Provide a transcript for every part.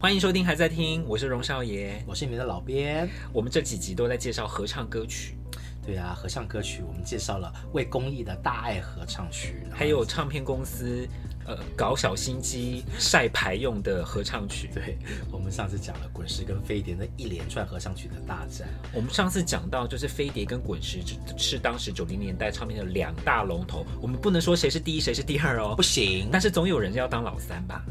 欢迎收听，还在听，我是荣少爷。我是你们的老编。我们这几集都在介绍合唱歌曲，对啊，合唱歌曲我们介绍了为公益的大爱合唱曲，然后还有唱片公司呃搞小心机晒牌用的合唱曲。对我们上次讲了滚石跟飞碟的一连串合唱曲的大战，我们上次讲到，就是飞碟跟滚石是是当时九零年代唱片的两大龙头，我们不能说谁是第一谁是第二哦不，行，但是总有人要当老三吧？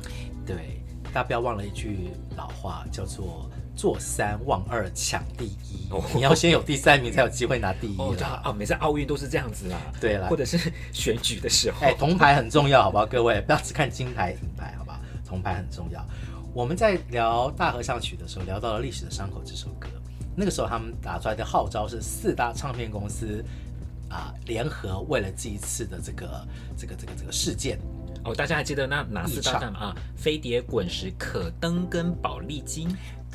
对，大家不要忘了一句老话，叫做“做三忘二抢第一”，哦你要先有第三名才有机会拿第一 哦，啦。啊，每次奥运都是这样子啦，对啦或者是选举的时候，哎、铜牌很重要，好不好？各位不要只看金牌、银牌，好不好？铜牌很重要。我们在聊《大合唱曲》的时候，聊到了《历史的伤口》这首歌。那个时候，他们打出来的号召是四大唱片公司啊、联合，为了这一次的这个这个这个这个事件，哦，大家还记得那哪四大战吗？啊，飞碟、滚石、可登跟宝丽金。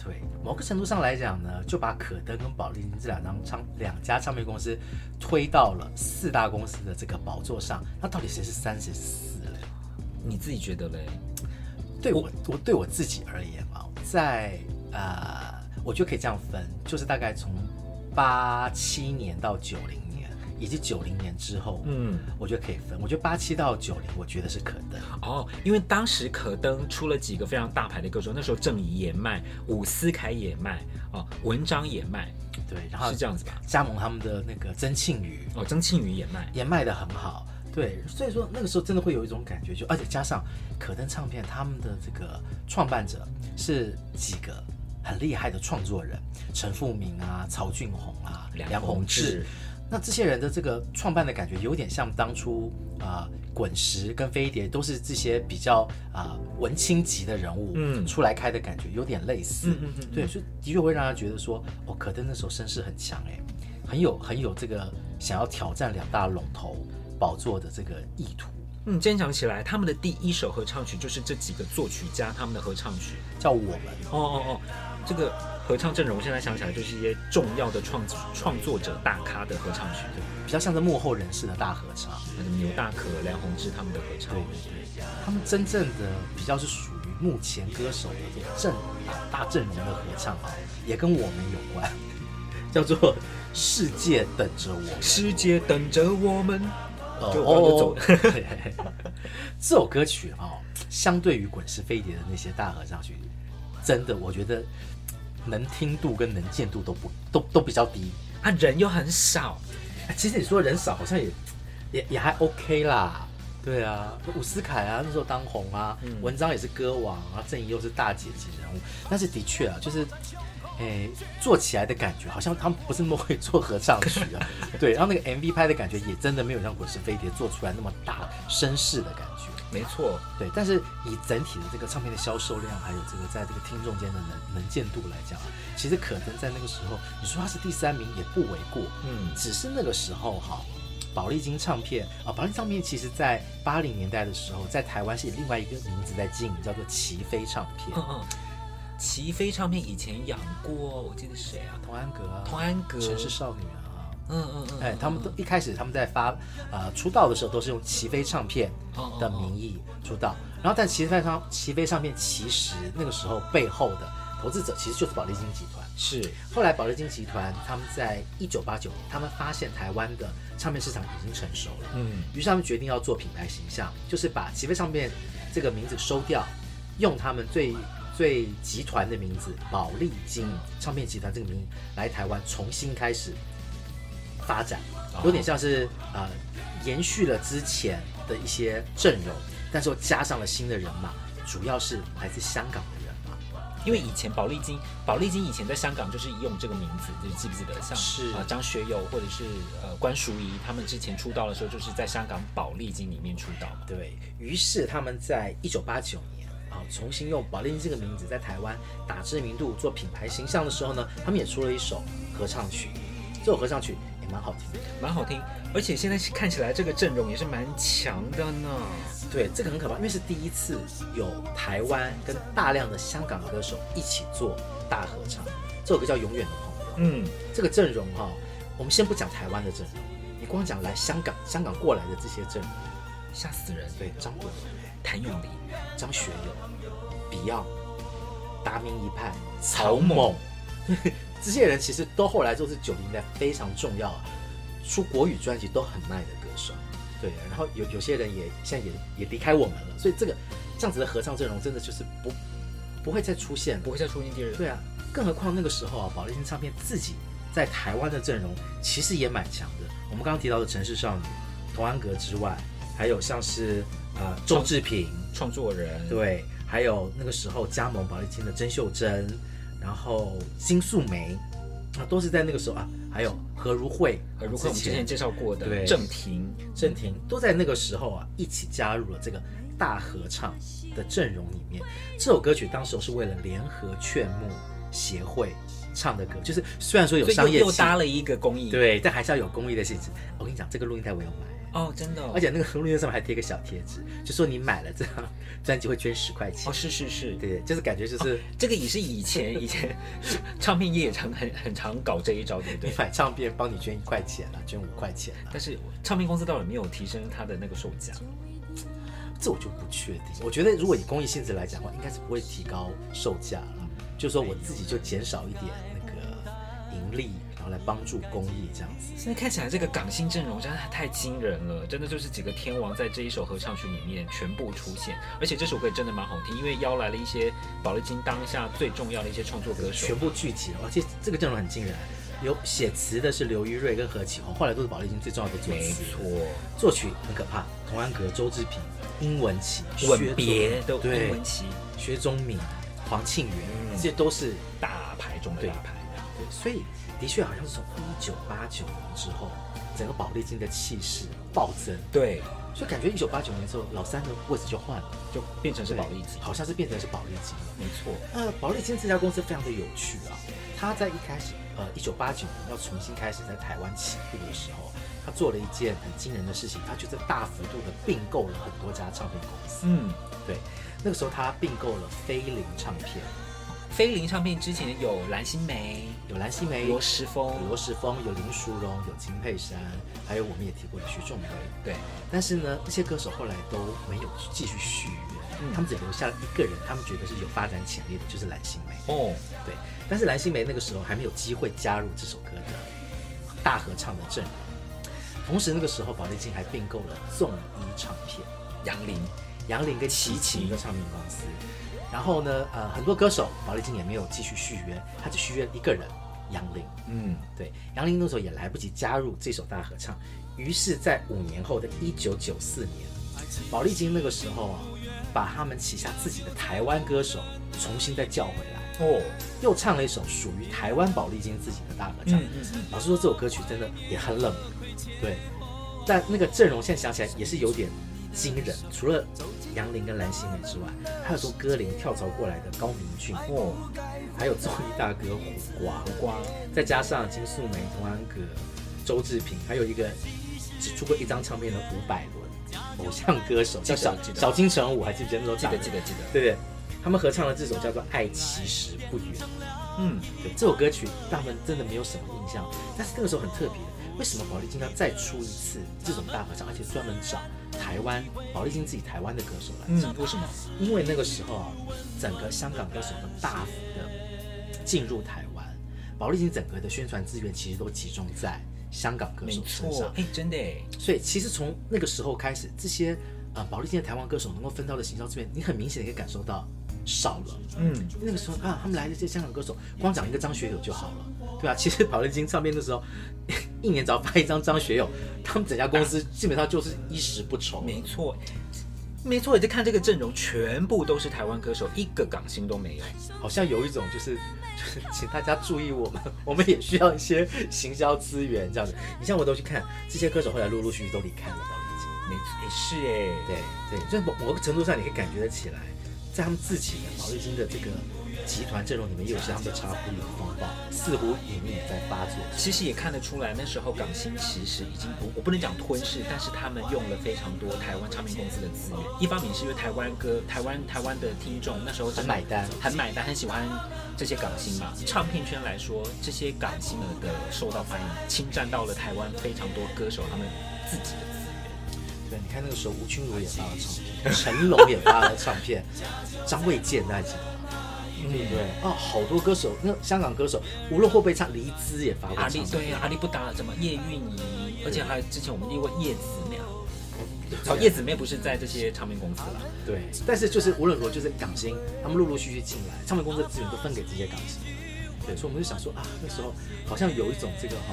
对，某个程度上来讲呢，就把可登跟宝丽金这两张唱两家唱片公司推到了四大公司的这个宝座上。那到底谁是三，谁是四嘞？你自己觉得嘞？对我，我对我自己而言嘛，在呃，我觉得可以这样分，就是大概从八七年到九零年，以及九零年之后，嗯，我觉得可以分。我觉得八七到九零，我觉得是可登。哦，因为当时可登出了几个非常大牌的歌手，那时候郑怡也卖，伍思凯也卖，哦，文章也卖，对，然后是这样子吧？加盟他们的那个曾庆瑜，哦，曾庆瑜也卖，也卖得很好。对，所以说那个时候真的会有一种感觉就，而且加上可登唱片他们的这个创办者是几个很厉害的创作人，陈富明啊、曹俊宏啊、梁鸿鸿志。，那这些人的这个创办的感觉，有点像当初啊、滚石跟飞碟都是这些比较啊、文青级的人物，嗯出来开的感觉有点类似，嗯嗯嗯嗯对，所以的确会让他觉得说，哦，可登那时候声势很强，哎，很有很有这个想要挑战两大龙头宝座的这个意图，嗯，坚强起来，他们的第一首合唱曲就是这几个作曲家他们的合唱曲。叫我们哦哦哦，这个合唱阵容现在想起来就是一些重要的创创作者大咖的合唱曲，对吧？比较像是幕后人士的大合唱，那什么牛大可、梁鸿志他们的合唱对。对对，他们真正的比较是属于目前歌手的这种正啊大阵容的合唱啊，也跟我们有关， 叫做《世界等着我们世界等着我们。》呃。就我就走了 对这首歌曲啊、相对于滚石飞碟的那些大合唱曲，真的我觉得能听度跟能见度都不都都比较低。啊，人又很少，哎其实你说人少，好像也也也还 OK 啦。对啊，伍思凯啊，那时候当红啊，嗯文章也是歌王啊，郑怡又是大姐级人物。但是的确啊，就是，诶、做起来的感觉好像他们不是那么会做合唱曲啊。对，然后那个 MV 拍的感觉也真的没有像滚石飞碟做出来那么大声势的感觉。没错，对，但是以整体的这个唱片的销售量，还有这个在这个听众间的能能见度来讲啊，其实可能在那个时候，你说他是第三名也不为过。嗯，只是那个时候哈，宝丽金唱片啊，宝丽金唱片其实在八零年代的时候，在台湾是以另外一个名字在经营，叫做齐飞唱片。嗯嗯。 齐飞唱片以前养过，我记得谁啊？童安格啊，童安格，城市少女啊，嗯嗯嗯，哎，他们都嗯一开始他们在发啊出道的时候都是用齐飞唱片哦的哦哦名义出道，然后但齐飞唱齐飞唱片其实那个时候背后的投资者其实就是宝丽金集团。是后来宝丽金集团他们在一九八九年，他们发现台湾的唱片市场已经成熟了，嗯于是他们决定要做品牌形象，就是把齐飞唱片这个名字收掉，用他们最最集团的名字宝丽金唱片集团这个名义来台湾重新开始发展，有点像是呃延续了之前的一些阵容，但是又加上了新的人马，主要是来自香港的人马。因为以前宝丽金，宝丽金以前在香港就是用这个名字，你记不记得？像是啊，张学友或者是呃关淑怡，他们之前出道的时候就是在香港宝丽金里面出道嘛。对于是，他们在一九八九年啊，重新用宝丽金这个名字在台湾打知名度、做品牌形象的时候呢，他们也出了一首合唱曲。这首合唱曲也蛮好听的。蛮好听，而且现在看起来这个阵容也是蛮强的呢。对，这个很可怕，因为是第一次有台湾跟大量的香港的歌手一起做大合唱。这首歌叫《永远的朋友》。嗯，这个阵容哈、我们先不讲台湾的阵容，你光讲来香港、香港过来的这些阵容，吓死人。对，张国荣、谭咏麟，张学友、Beyond、达明一派、草草蜢蜢，这些人其实都后来都是九零年代非常重要，啊出国语专辑都很卖的歌手。对，啊然后有有些人也现在也也离开我们了，所以这个这样子的合唱阵容真的就是不不会再出现了不。会再出现第二。对啊，更何况那个时候啊，宝丽金唱片自己在台湾的阵容其实也蛮强的。我们刚刚提到的《城市少女》、童安格之外，还有像是呃周志平，创作人，对，还有那个时候加盟宝丽金的曾秀珍，然后金素梅啊，都是在那个时候啊，还有何如慧，呃，如果我们之前介绍过的对郑婷，郑婷都在那个时候啊，一起加入了这个大合唱的阵容里面。这首歌曲当时我是为了联合劝募协会唱的歌，就是虽然说有所以又商业又性，搭了一个公益，对，但还是要有公益的性质。我跟你讲，这个录音带我有买，哦，真的哦，而且那个录音带上面还贴一个小贴纸，就说你买了这张专辑会捐十块钱哦，。是是是，对，就是感觉就是这个也是以前以前唱片业也常很很常搞这一招，对不你对？买唱片帮你捐一块钱啦，捐五块钱啊啦，但是唱片公司到底有没有提升它的那个售价？这我就不确定。我觉得如果以公益性质来讲的话，应该是不会提高售价嗯了。就说我自己就减少一点那个盈利，然后来帮助公益这样子。现在看起来这个港星阵容真的太惊人了，真的就是几个天王在这一首合唱曲里面全部出现，而且这首歌也真的蛮好听，因为邀来了一些宝丽金当下最重要的一些创作歌手全，部聚集了，而且这个阵容很惊人。啊有写词的是刘一瑞跟何启宏，后来都是宝丽金最重要的作没词。错，作曲很可怕，童安格、周志平、殷文琪、吻别薛的宗英对文琪，薛宗敏、黄庆元，嗯这些都是大牌中的大牌，对，所以的确好像是从一九八九年之后，整个宝丽金的气势暴增，对，所以感觉一九八九年之后，老三的位置就换了，就变成是宝丽金对，好像是变成是宝丽金了。没错，呃，宝丽金这家公司非常的有趣啊，它在一开始，呃，一九八九年要重新开始在台湾起步的时候，它做了一件很惊人的事情，它就是大幅度的并购了很多家唱片公司。嗯。对，那个时候它并购了菲林唱片，菲林唱片之前有蓝心湄、有蓝心湄、罗时丰，有罗时丰，有林淑荣，有金佩珊，还有我们也提过的徐仲威。对，但是呢，这些歌手后来都没有继续续约，嗯他们只留下了一个人，他们觉得是有发展潜力的，就是蓝心湄。哦，对，但是蓝心湄那个时候还没有机会加入这首歌的大合唱的阵容。同时，那个时候宝丽金还并购了纵一唱片，杨林，杨林跟齐秦一个唱片公司。然后呢，呃，很多歌手宝丽金也没有继续续约，他只续约一个人，杨林。嗯，对，杨林那时候也来不及加入这首大合唱，于是，在五年后的一九九四年，宝丽金那个时候啊，把他们旗下自己的台湾歌手重新再叫回来，哦，又唱了一首属于台湾宝丽金自己的大合唱。嗯嗯嗯老实说，这首歌曲真的也很冷门，对，但那个阵容现在想起来也是有点惊人，除了杨林跟蓝心湄之外，还有从歌林跳槽过来的高明俊，哦，还有综艺大哥胡瓜。胡瓜，再加上金素梅、童安格、周志平，还有一个只出过一张唱片的伍佰伦，偶像歌手叫小记得小金城武，还记不记得那时候记打得的？记得记得，对不对？他们合唱了这首叫做《爱其实不远》。嗯，对，这首歌曲他们真的没有什么印象，但是那个时候很特别。为什么宝丽金要再出一次这种大合唱，而且专门找台湾宝丽金自己台湾的歌手来唱？嗯，为什么？因为那个时候啊，整个香港歌手们大幅的进入台湾，宝丽金整个的宣传资源其实都集中在香港歌没手身错上，，哎，真的哎，所以其实从那个时候开始，这些呃宝丽金的台湾歌手能够分到的行销资源，你很明显的可以感受到少了。嗯，那个时候啊，他们来的这些香港歌手，光讲一个张学友就好了，对吧、 其实宝丽金唱片的时候， 一年只要发一张张学友，他们整家公司基本上就是衣食不愁。没错。没错，你就看这个阵容，全部都是台湾歌手，一个港星都没有。好像有一种就是， 就是请大家注意我们， 我们也需要一些行销资源这样子。你像我都去看这些歌手，后来陆陆续续都离开了宝丽金。没错，哎是哎，对对，所以某某个程度上你可以感觉得起来，在他们自己的宝丽金的这个集团阵容里面，也有些他们的茶壶里的风暴，似乎隐隐在发作。其实也看得出来，那时候港星其实已经不，我不能讲吞噬，但是他们用了非常多台湾唱片公司的资源。一方面是因为台湾歌、台湾台湾的听众那时候真很的买单，很买单，很喜欢这些港星嘛。唱片圈来说，这些港星们的受到欢迎，侵占到了台湾非常多歌手他们自己的资源。对，你看那个时候吴君如也发了唱片，成龙也发了唱片，张卫健那几一年，嗯，列。对，哦，好多歌手，那香港歌手，无论会不会唱，黎姿也发过阿唱力片，对呀、阿力不打怎么叶蕴仪，而且还之前我们列过叶子妹啊，哦叶子妹不是在这些唱片公司啦，对，但是就是无论如何，就是港星他们陆陆续续进来，唱片公司的资源都分给这些港星。对，所以我们就想说啊，那时候好像有一种这个哈、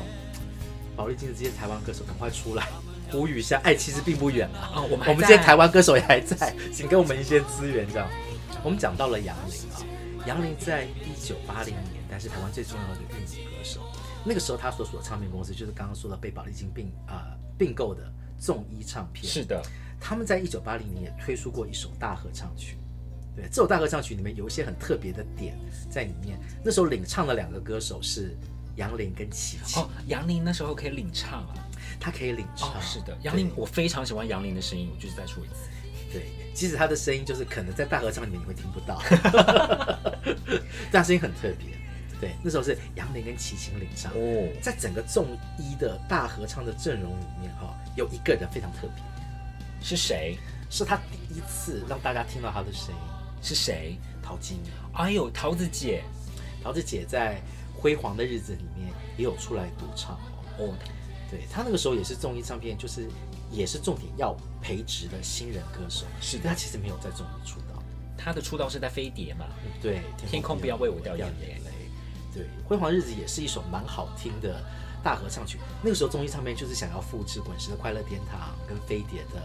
宝丽金的这些台湾歌手赶快出来呼吁一下，爱其实并不远啊。哦我们还我们这些在台湾歌手也还在，请给我们一些资源这样。我们讲到了杨林啊，杨林在一九八零年代是台湾最重要的一个女歌手，那个时候她所属的唱片公司就是刚刚说的被宝丽金并啊、并购的众一唱片。是的，他们在一九八零年也推出过一首大合唱曲。对，这首大合唱曲里面有一些很特别的点在里面。那时候领唱的两个歌手是杨林跟齐秦，哦杨林那时候可以领唱啊，他可以领唱。哦是的，杨林我非常喜欢杨林的声音，我就是再说一次，对，即使他的声音就是可能在大合唱里面你会听不 到，但他声音很特别。对，那时候是杨林跟齐秦领唱。哦在整个众一的大合唱的阵容里面，哈、有一个人非常特别，是谁是他第一次让大家听到他的声音，是谁？陶晶莹。哎呦桃子姐桃子姐在辉煌的日子里面也有出来独唱哦。哦对她那个时候也是综艺唱片，就是也是重点要培植的新人歌手。是的但她其实没有在综艺出道。她的出道是在飞碟嘛，嗯对，天空不要为我掉眼泪泪。对，辉煌日子也是一首蛮好听的大合唱曲。那个时候综艺唱片就是想要复制滚石的快乐天堂跟飞碟的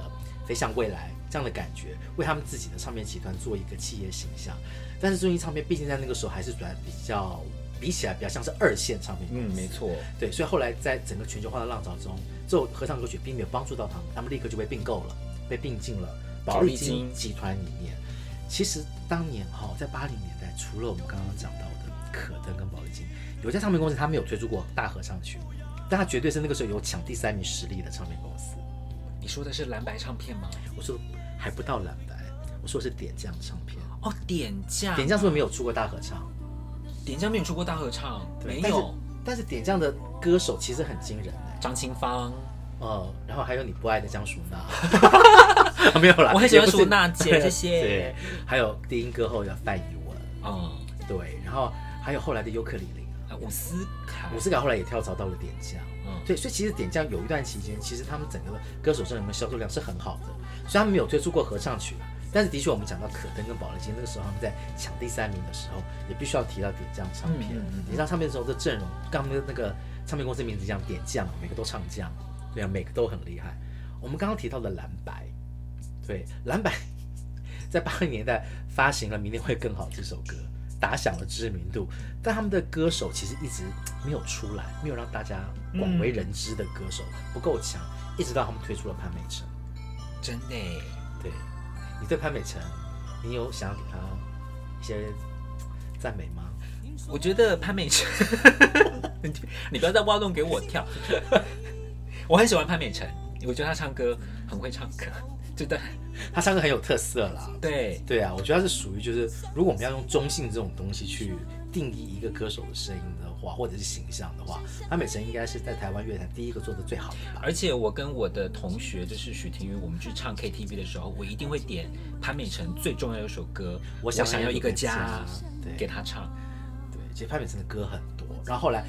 飞向未来这样的感觉，为他们自己的唱片集团做一个企业形象。但是综艺唱片毕竟在那个时候还是转比较比起来比较像是二线唱片公司嗯没错，对，所以后来在整个全球化的浪潮中，这首合唱歌曲并没有帮助到他们，他们立刻就被并购了，被并进了宝宝丽丽金金集团里面。其实当年哈、在八零年代，除了我们刚刚讲到的可登跟宝丽金，有一家唱片公司它没有推出过大合唱曲，但它绝对是那个时候有抢第三名实力的唱片公司。你说的是蓝白唱片吗？我说还不到蓝白，我说的是点将唱片，哦点将点将是不是没有出过大合唱？点将没有出过大合唱，对没但是有但是点将的歌手其实很惊人的、张清芳，哦，然后还有你不爱的江淑娜， 啊没有啦，我很喜欢也不淑是娜姐谢谢 对，还有低音歌后的范怡文，嗯，对，然后还有后来的尤克里里，啊伍思凯伍，思凯后来也跳槽到了点将，嗯对，所以其实点将有一段期间，其实他们整个歌手阵容的销售量是很好的，虽然他们没有推出过合唱曲啦，但是的确我们讲到可登跟宝丽金那个时候他们在抢第三名的时候，也必须要提到点将唱片，嗯嗯嗯点将唱片的时候的阵容，跟他们的那个唱片公司名字一样，点将每个都唱将，对啊，每个都很厉害。我们刚刚提到的蓝白，对，蓝白在八零年代发行了《明天会更好》这首歌，打响了知名度，但他们的歌手其实一直没有出来，没有让大家广为人知的歌手、不够强，一直到他们推出了潘美辰。真的耶，对，你对潘美辰，你有想要给他一些赞美吗？我觉得潘美辰， 你你不要再挖洞给我跳， 我很喜欢潘美辰，我觉得她唱歌很会唱歌，真的，他唱歌很有特色啦。对，对啊，我觉得他是属于就是，如果我们要用中性这种东西去定义一个歌手的声音的话，或者是形象的话，潘美辰应该是在台湾乐坛第一个做的最好的吧。而且我跟我的同学就是许廷宇，我们去唱 KTV 的时候，我一定会点潘美辰最重要的一首歌，我我想想要一个要家一个家，对给她唱，对，其实潘美辰的歌很多，然后后来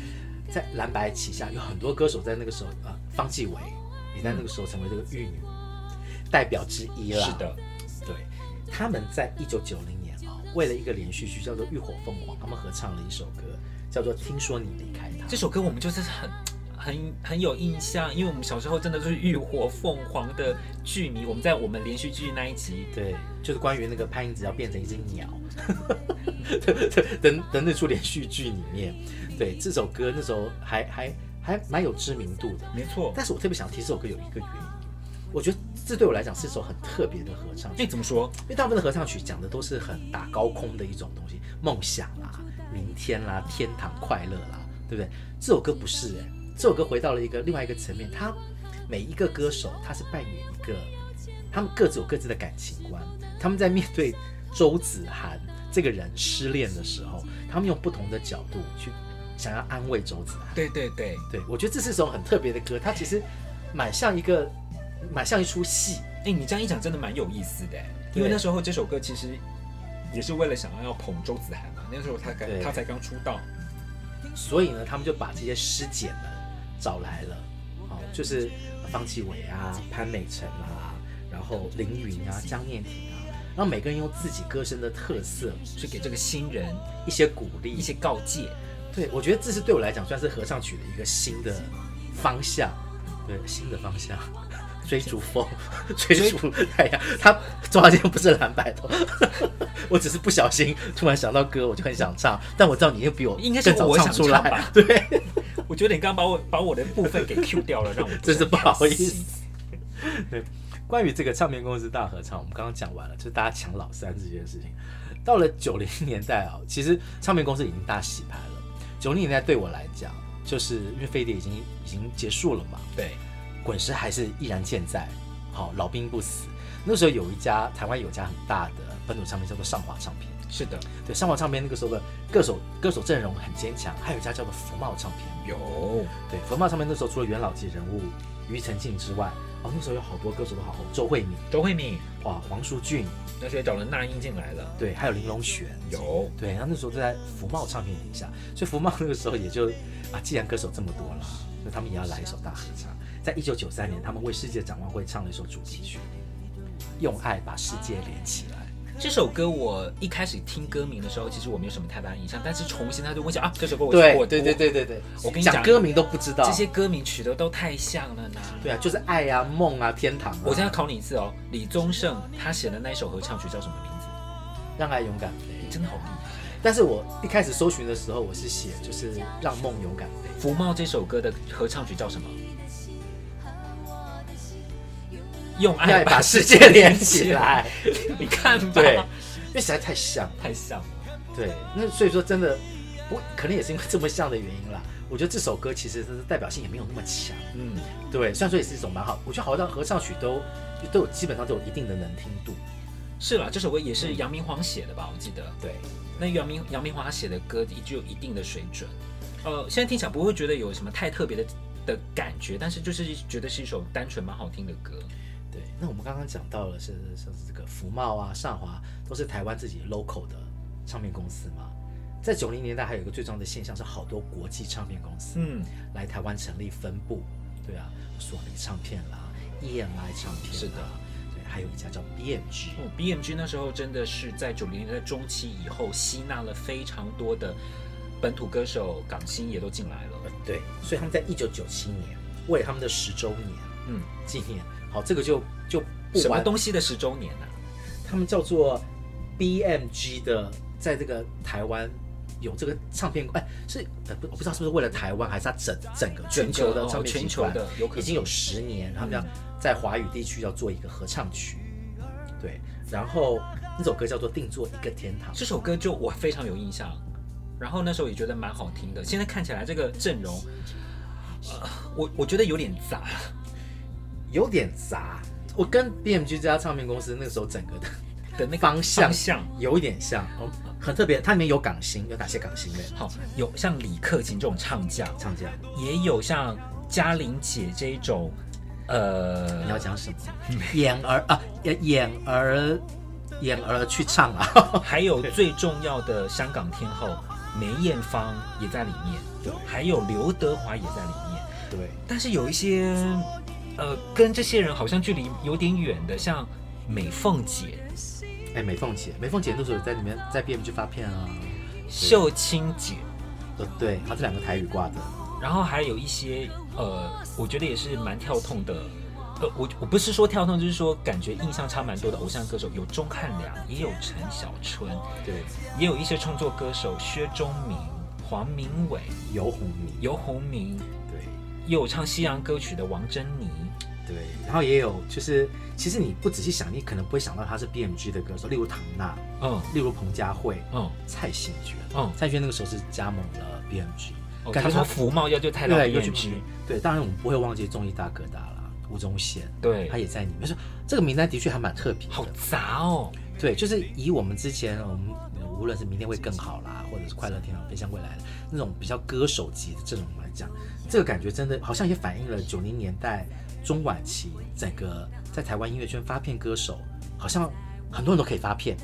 在蓝白旗下有很多歌手在那个时候，呃，方季韦也在那个时候成为这个玉女代表之一了。是，的，对，他们在一九九零年啊、为了一个连续剧叫做《浴火凤凰》，他们合唱了一首歌，叫做《听说你离开他》这。首歌我们就是很。很很有印象，因为我们小时候真的就是浴火凤凰的剧迷。我们在我们连续剧那一集对，就是关于那个潘英子要变成一只鸟 的的的的那出连续剧里面，对这首歌那时候还还还蛮有知名度的。没错。但是我特别想提这首歌有一个原因，我觉得这对我来讲是一首很特别的合唱曲那，哎怎么说？因为大部分的合唱曲讲的都是很打高空的一种东西，梦想啦、明天啦、天堂快乐啦，对不对？这首歌不是哎、这首歌回到了一个另外一个层面，它每一个歌手他是扮演一个，他们各自有各自的感情观，他们在面对周子涵这个人失恋的时候，他们用不同的角度去想要安慰周子涵。对对对，对，我觉得这是一首很特别的歌，它其实蛮像一个，蛮像一出戏。哎、你这样一讲真的蛮有意思的欸，对因为那时候这首歌其实也是为了想要捧周子涵嘛，那时候他刚对他才刚出道，所以呢，他们就把这些师姐们找来了，哦，就是方季韦啊、潘美辰啊，然后凌云啊、江念婷啊，然后每个人用自己歌声的特色，是给这个新人一些鼓励，一些告诫。对我觉得这是对我来讲算是合唱曲的一个新的方向，对新的方 向。追逐风，追逐太阳。他周华健不是蓝白头， 我只是不小心突然想到歌，我就很想唱。但我知道你又比我应该是更早我唱想出唱来，吧对，我觉得你刚刚把我把我的部分给 Q 掉了，让我 真是不好意思思。关于这个唱片公司大合唱，我们刚刚讲完了，就是大家抢老三这件事情。到了九零年代啊，其实唱片公司已经大洗牌了。九零年代对我来讲，就是因为飞碟已经已经结束了嘛，对，滚石还是依然健在，好老兵不死。那时候有一家台湾有一家很大的本土唱片叫做上华唱片，是的，对上华唱片那个时候的歌手歌手阵容很坚强，还有一家叫做福茂唱片，有对，福茂唱片那时候除了元老级人物庾澄庆之外，哦那时候有好多歌手都好红，周慧敏。周慧敏，哇，黄淑俊，那时候也找了那英进来了，对，还有玲珑雪，有对，然后那时候就在福茂唱片底下，所以福茂那个时候也就啊，既然歌手这么多了，那他们也要来一首大合唱。在一九九三年，他们为世界展望会唱了一首主题曲，用爱把世界连起来。这首歌，我一开始听歌名的时候，其实我没有什么太大印象，但是重新他就问一下啊，这首歌我我对对对，我跟你讲讲歌名都不知道这些歌名取得都太像了呢。对啊，就是爱啊、梦啊、天堂啊。我现在考你一次哦，李宗盛他写的那一首合唱曲叫什么名字？让爱勇敢你飞，真的好厉害！但是我一开始搜寻的时候，我是写就是让梦勇敢飞，福茂这首歌的合唱曲叫什么？用爱爱把把世世界界连连起起来来。 你看吧，对， 因为实在太像了。太像了。对，那所以说真的不可能也是因为这么像的原因啦。我觉得这首歌其实它的代表性也没有那么强。嗯，对，虽然说也是一种蛮好，我觉得好像合唱曲都都有基本上都有一定的能听度。是啦，这首歌也是杨明煌写的吧？我记得。对，那杨明杨明华他写的歌也具有一定的水准，呃，现在听起来不会觉得有什么太特别的的感觉，但是就是觉得是一首单纯蛮好听的歌。对。那我们刚刚讲到了是像是这个福茂啊、上华都是台湾自己 local 的唱片公司嘛。在九零年代还有一个最重要的现象是，好多国际唱片公司嗯，来台湾成立分部。对啊，索尼唱片啦、EMI 唱片啦是的，对，还有一家叫 BMG。哦，BMG 那时候真的是在九零年代中期以后，吸纳了非常多的本土歌手，港星也都进来了。对，所以他们在一九九七年为了他们的十周年嗯，纪念，好，这个就就不什么完，东西的十周年呢、他们叫做 BMG 的，在这个台湾有这个唱片，哎，是呃不，我不知道是不是为了台湾，还是它整整个全球的哦唱片全集球团的有可能已经有十年，他们要嗯在华语地区要做一个合唱曲，对，然后那首歌叫做《定做一个天堂》，这首歌就我非常有印象，然后那时候也觉得蛮好听的。现在看起来这个阵容，呃，我我觉得有点杂。有点杂。我跟 BMG 这家唱片公司那个时候整个的的那个方向方向有一点像，哦，很特别。它里面有港星，有哪些港星呢？好，有像李克勤这种唱将，唱这样，也有像嘉玲姐这一种，呃，你要讲什么？演而啊，演演而演而去唱 啊。还有最重要的香港天后梅艳芳也在里面，对还有刘德华也在里面。对，但是有一些，呃，跟这些人好像距离有点远的，像美凤姐、哎，美凤姐，美凤姐那时候有在里面在 BMG 发片啊。秀清姐，呃，对，她这两个台语挂的，然后还有一些呃，我觉得也是蛮跳痛的。呃，我我不是说跳痛，就是说感觉印象差蛮多的偶像歌手，有钟汉良，也有陈小春，对，也有一些创作歌手薛钟明、黄明伟、游鸿明，游鸿明，对也有唱西洋歌曲的王珍妮。对，然后也有就是，其实你不仔细想，你可能不会想到她是 BMG 的歌手，例如唐娜，嗯例如彭佳慧、嗯蔡幸娟。嗯，蔡幸娟那个时候是加盟了 BMG，、哦感他觉从她福茂要就太到对，又 B 去 M G，对，当然我们不会忘记综艺大哥大啦，吴宗宪，对他，也在里面。说这个名单的确还蛮特别好的，杂哦。对，就是以我们之前我们呃无论是明天会更好啦，或者是快乐天堂飞向未来的那种比较歌手级的阵容来讲，这个感觉真的好像也反映了九零年代中晚期 整个在台湾音乐圈发片歌手，好像很多人都可以发片，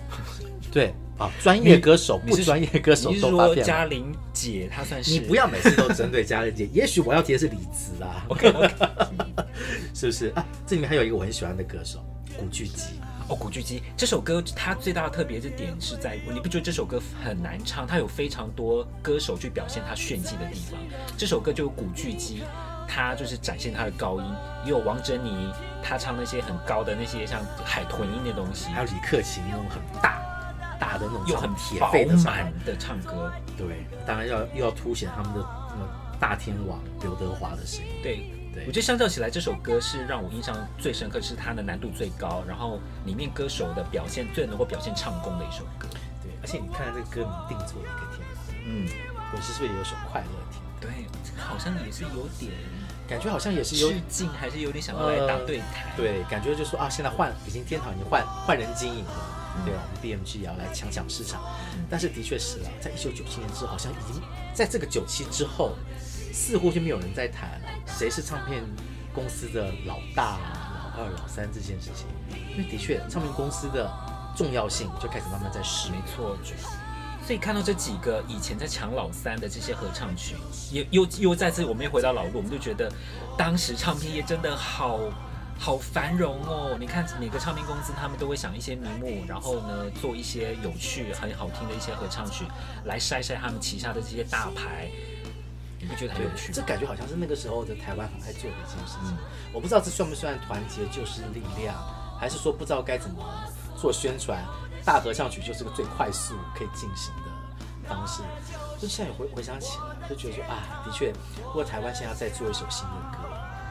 对，啊，专业歌手你不是专业歌手你是都发说片了。嘉玲姐她算是你 不要每次都针对嘉玲姐，也许我要提的是李子啊， OK OK 是不是啊？这里面还有一个我很喜欢的歌手古巨基，哦，古巨基这首歌它最大的特别的点是在，你不觉得这首歌很难唱？它有非常多歌手去表现他炫技的地方。这首歌就有古巨基，他就是展现他的高音，也有王珍妮，她唱那些很高的那些像海豚音的东西，还有李克勤那种很大大的那种又很铁饱肺的唱法满的唱歌。对，当然要又要凸显他们的那种大天王刘德华的声音。对，对，我觉得相较起来，这首歌是让我印象最深刻，是它的难度最高，然后里面歌手的表现最能够表现唱功的一首歌。对，而且你看这个歌名定做一个天王，嗯，我是不是也有首快乐天？对，这个好像也是有点感觉好像也是有呃致敬，还是有点想要来打对台。嗯对，感觉就说啊，现在换已经天堂已经换换人经营了，嗯对啊，我们 BMG 也要来抢抢市场嗯。但是的确是啊，在一九九七年之后，好像已经在这个九七之后，似乎就没有人在谈谁是唱片公司的老大、啊、老二、老三这件事情，因为的确唱片公司的重要性就开始慢慢在失没错。所以看到这几个以前在抢老三的这些合唱曲，也又又再次我们又回到老路，我们就觉得当时唱片业真的好好繁荣哦。你看每个唱片公司，他们都会想一些名目，然后呢做一些有趣、很好听的一些合唱曲来晒晒他们旗下的这些大牌，你不觉得很有趣吗？这感觉好像是那个时候的台湾很爱做的一件事情。嗯我不知道这算不算团结就是力量，还是说不知道该怎么做宣传。大合唱曲就是个最快速可以进行的方式。嗯就现在回回想起来，就觉得说啊，的确，如果台湾现在再做一首新的歌，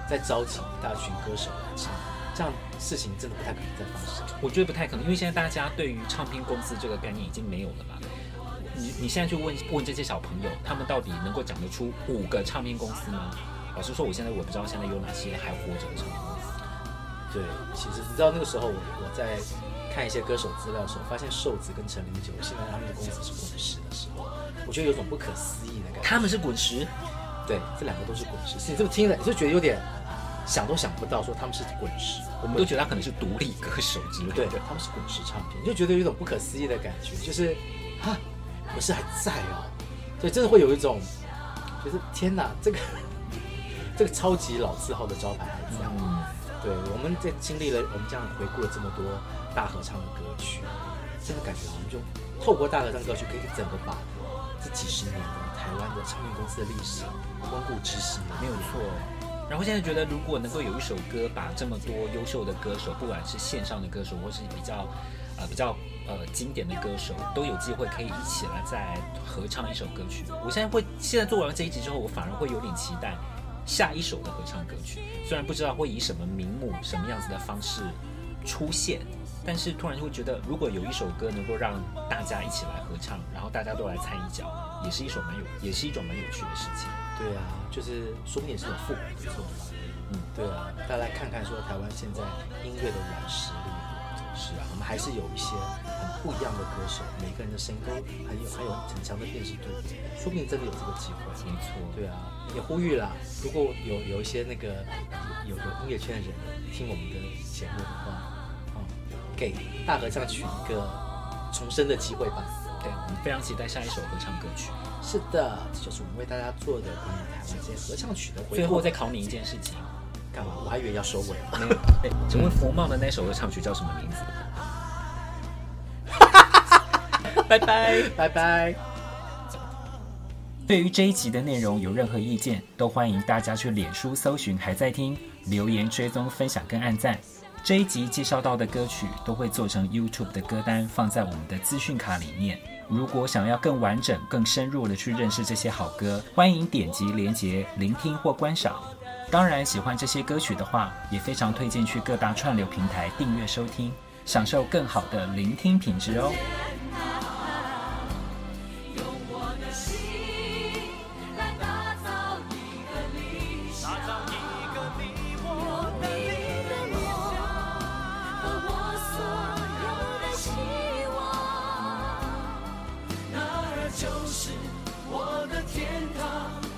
再召集一大群歌手来唱，这样事情真的不太可能再发生。我觉得不太可能，因为现在大家对于唱片公司这个概念已经没有了吧？你你现在去问问这些小朋友，他们到底能够讲得出五个唱片公司吗？老实说，我现在我不知道现在有哪些还活着的唱片公司。对，其实你知道那个时候我我在看一些歌手资料的时候，发现瘦子跟陈零九现在他们的公司是滚石的时候，我觉得有种不可思议的感觉。他们是滚石，对，这两个都是滚石，是你这么听了，你就觉得有点想都想不到，说他们是滚石，我们都觉得他可能是独立歌手之类对的。，他们是滚石唱片，你就觉得有一种不可思议的感觉，就是啊，滚石还在哦，对，真的会有一种，就是天哪，这个 这个超级老字号的招牌还在。嗯，对，我们在经历了我们这样回顾了这么多大合唱的歌曲，真的感觉我们就透过大合唱歌曲，可以整个把这几十年的台湾的唱片公司的历史温故知新。没有错。然后现在觉得，如果能够有一首歌把这么多优秀的歌手，不管是线上的歌手，或是比较呃比较呃经典的歌手，都有机会可以一起来再合唱一首歌曲。我现在会，现在做完这一集之后，我反而会有点期待下一首的合唱歌曲，虽然不知道会以什么名目、什么样子的方式出现。但是突然就会觉得，如果有一首歌能够让大家一起来合唱，然后大家都来参一脚，也是一首蛮有，也是一种蛮有趣的事情。对啊，就是说不定也是有复古的做法。嗯对啊，大家来看看说台湾现在音乐的软实力。是啊，我们还是有一些很不一样的歌手，每个人的声音都很有很有很强的辨识度，说不定真的有这个机会。没错，对啊，也呼吁啦，如果有有一些那个有有音乐圈的人听我们的节目的话，嗯，给大合唱曲一个重生的机会吧。对，我们非常期待下一首合唱歌曲。是的，这就是我们为大家做的关于台湾这些合唱曲的回顾。最后再考你一件事 情，干嘛？我还以为要收尾了。没有？哎请问福茂的那首合唱曲叫什么名字？拜拜。 拜拜。对于这一集的内容有任何意见，都欢迎大家去脸书搜寻还在听，留言追踪分享跟按赞。这一集介绍到的歌曲都会做成 YouTube 的歌单，放在我们的资讯卡里面。如果想要更完整、更深入的去认识这些好歌，欢迎点击连结聆听或观赏。当然，喜欢这些歌曲的话，也非常推荐去各大串流平台订阅收听，享受更好的聆听品质哦。用我的心来打造一个理想，有你的梦和我所有的希望。那儿就是我的天堂，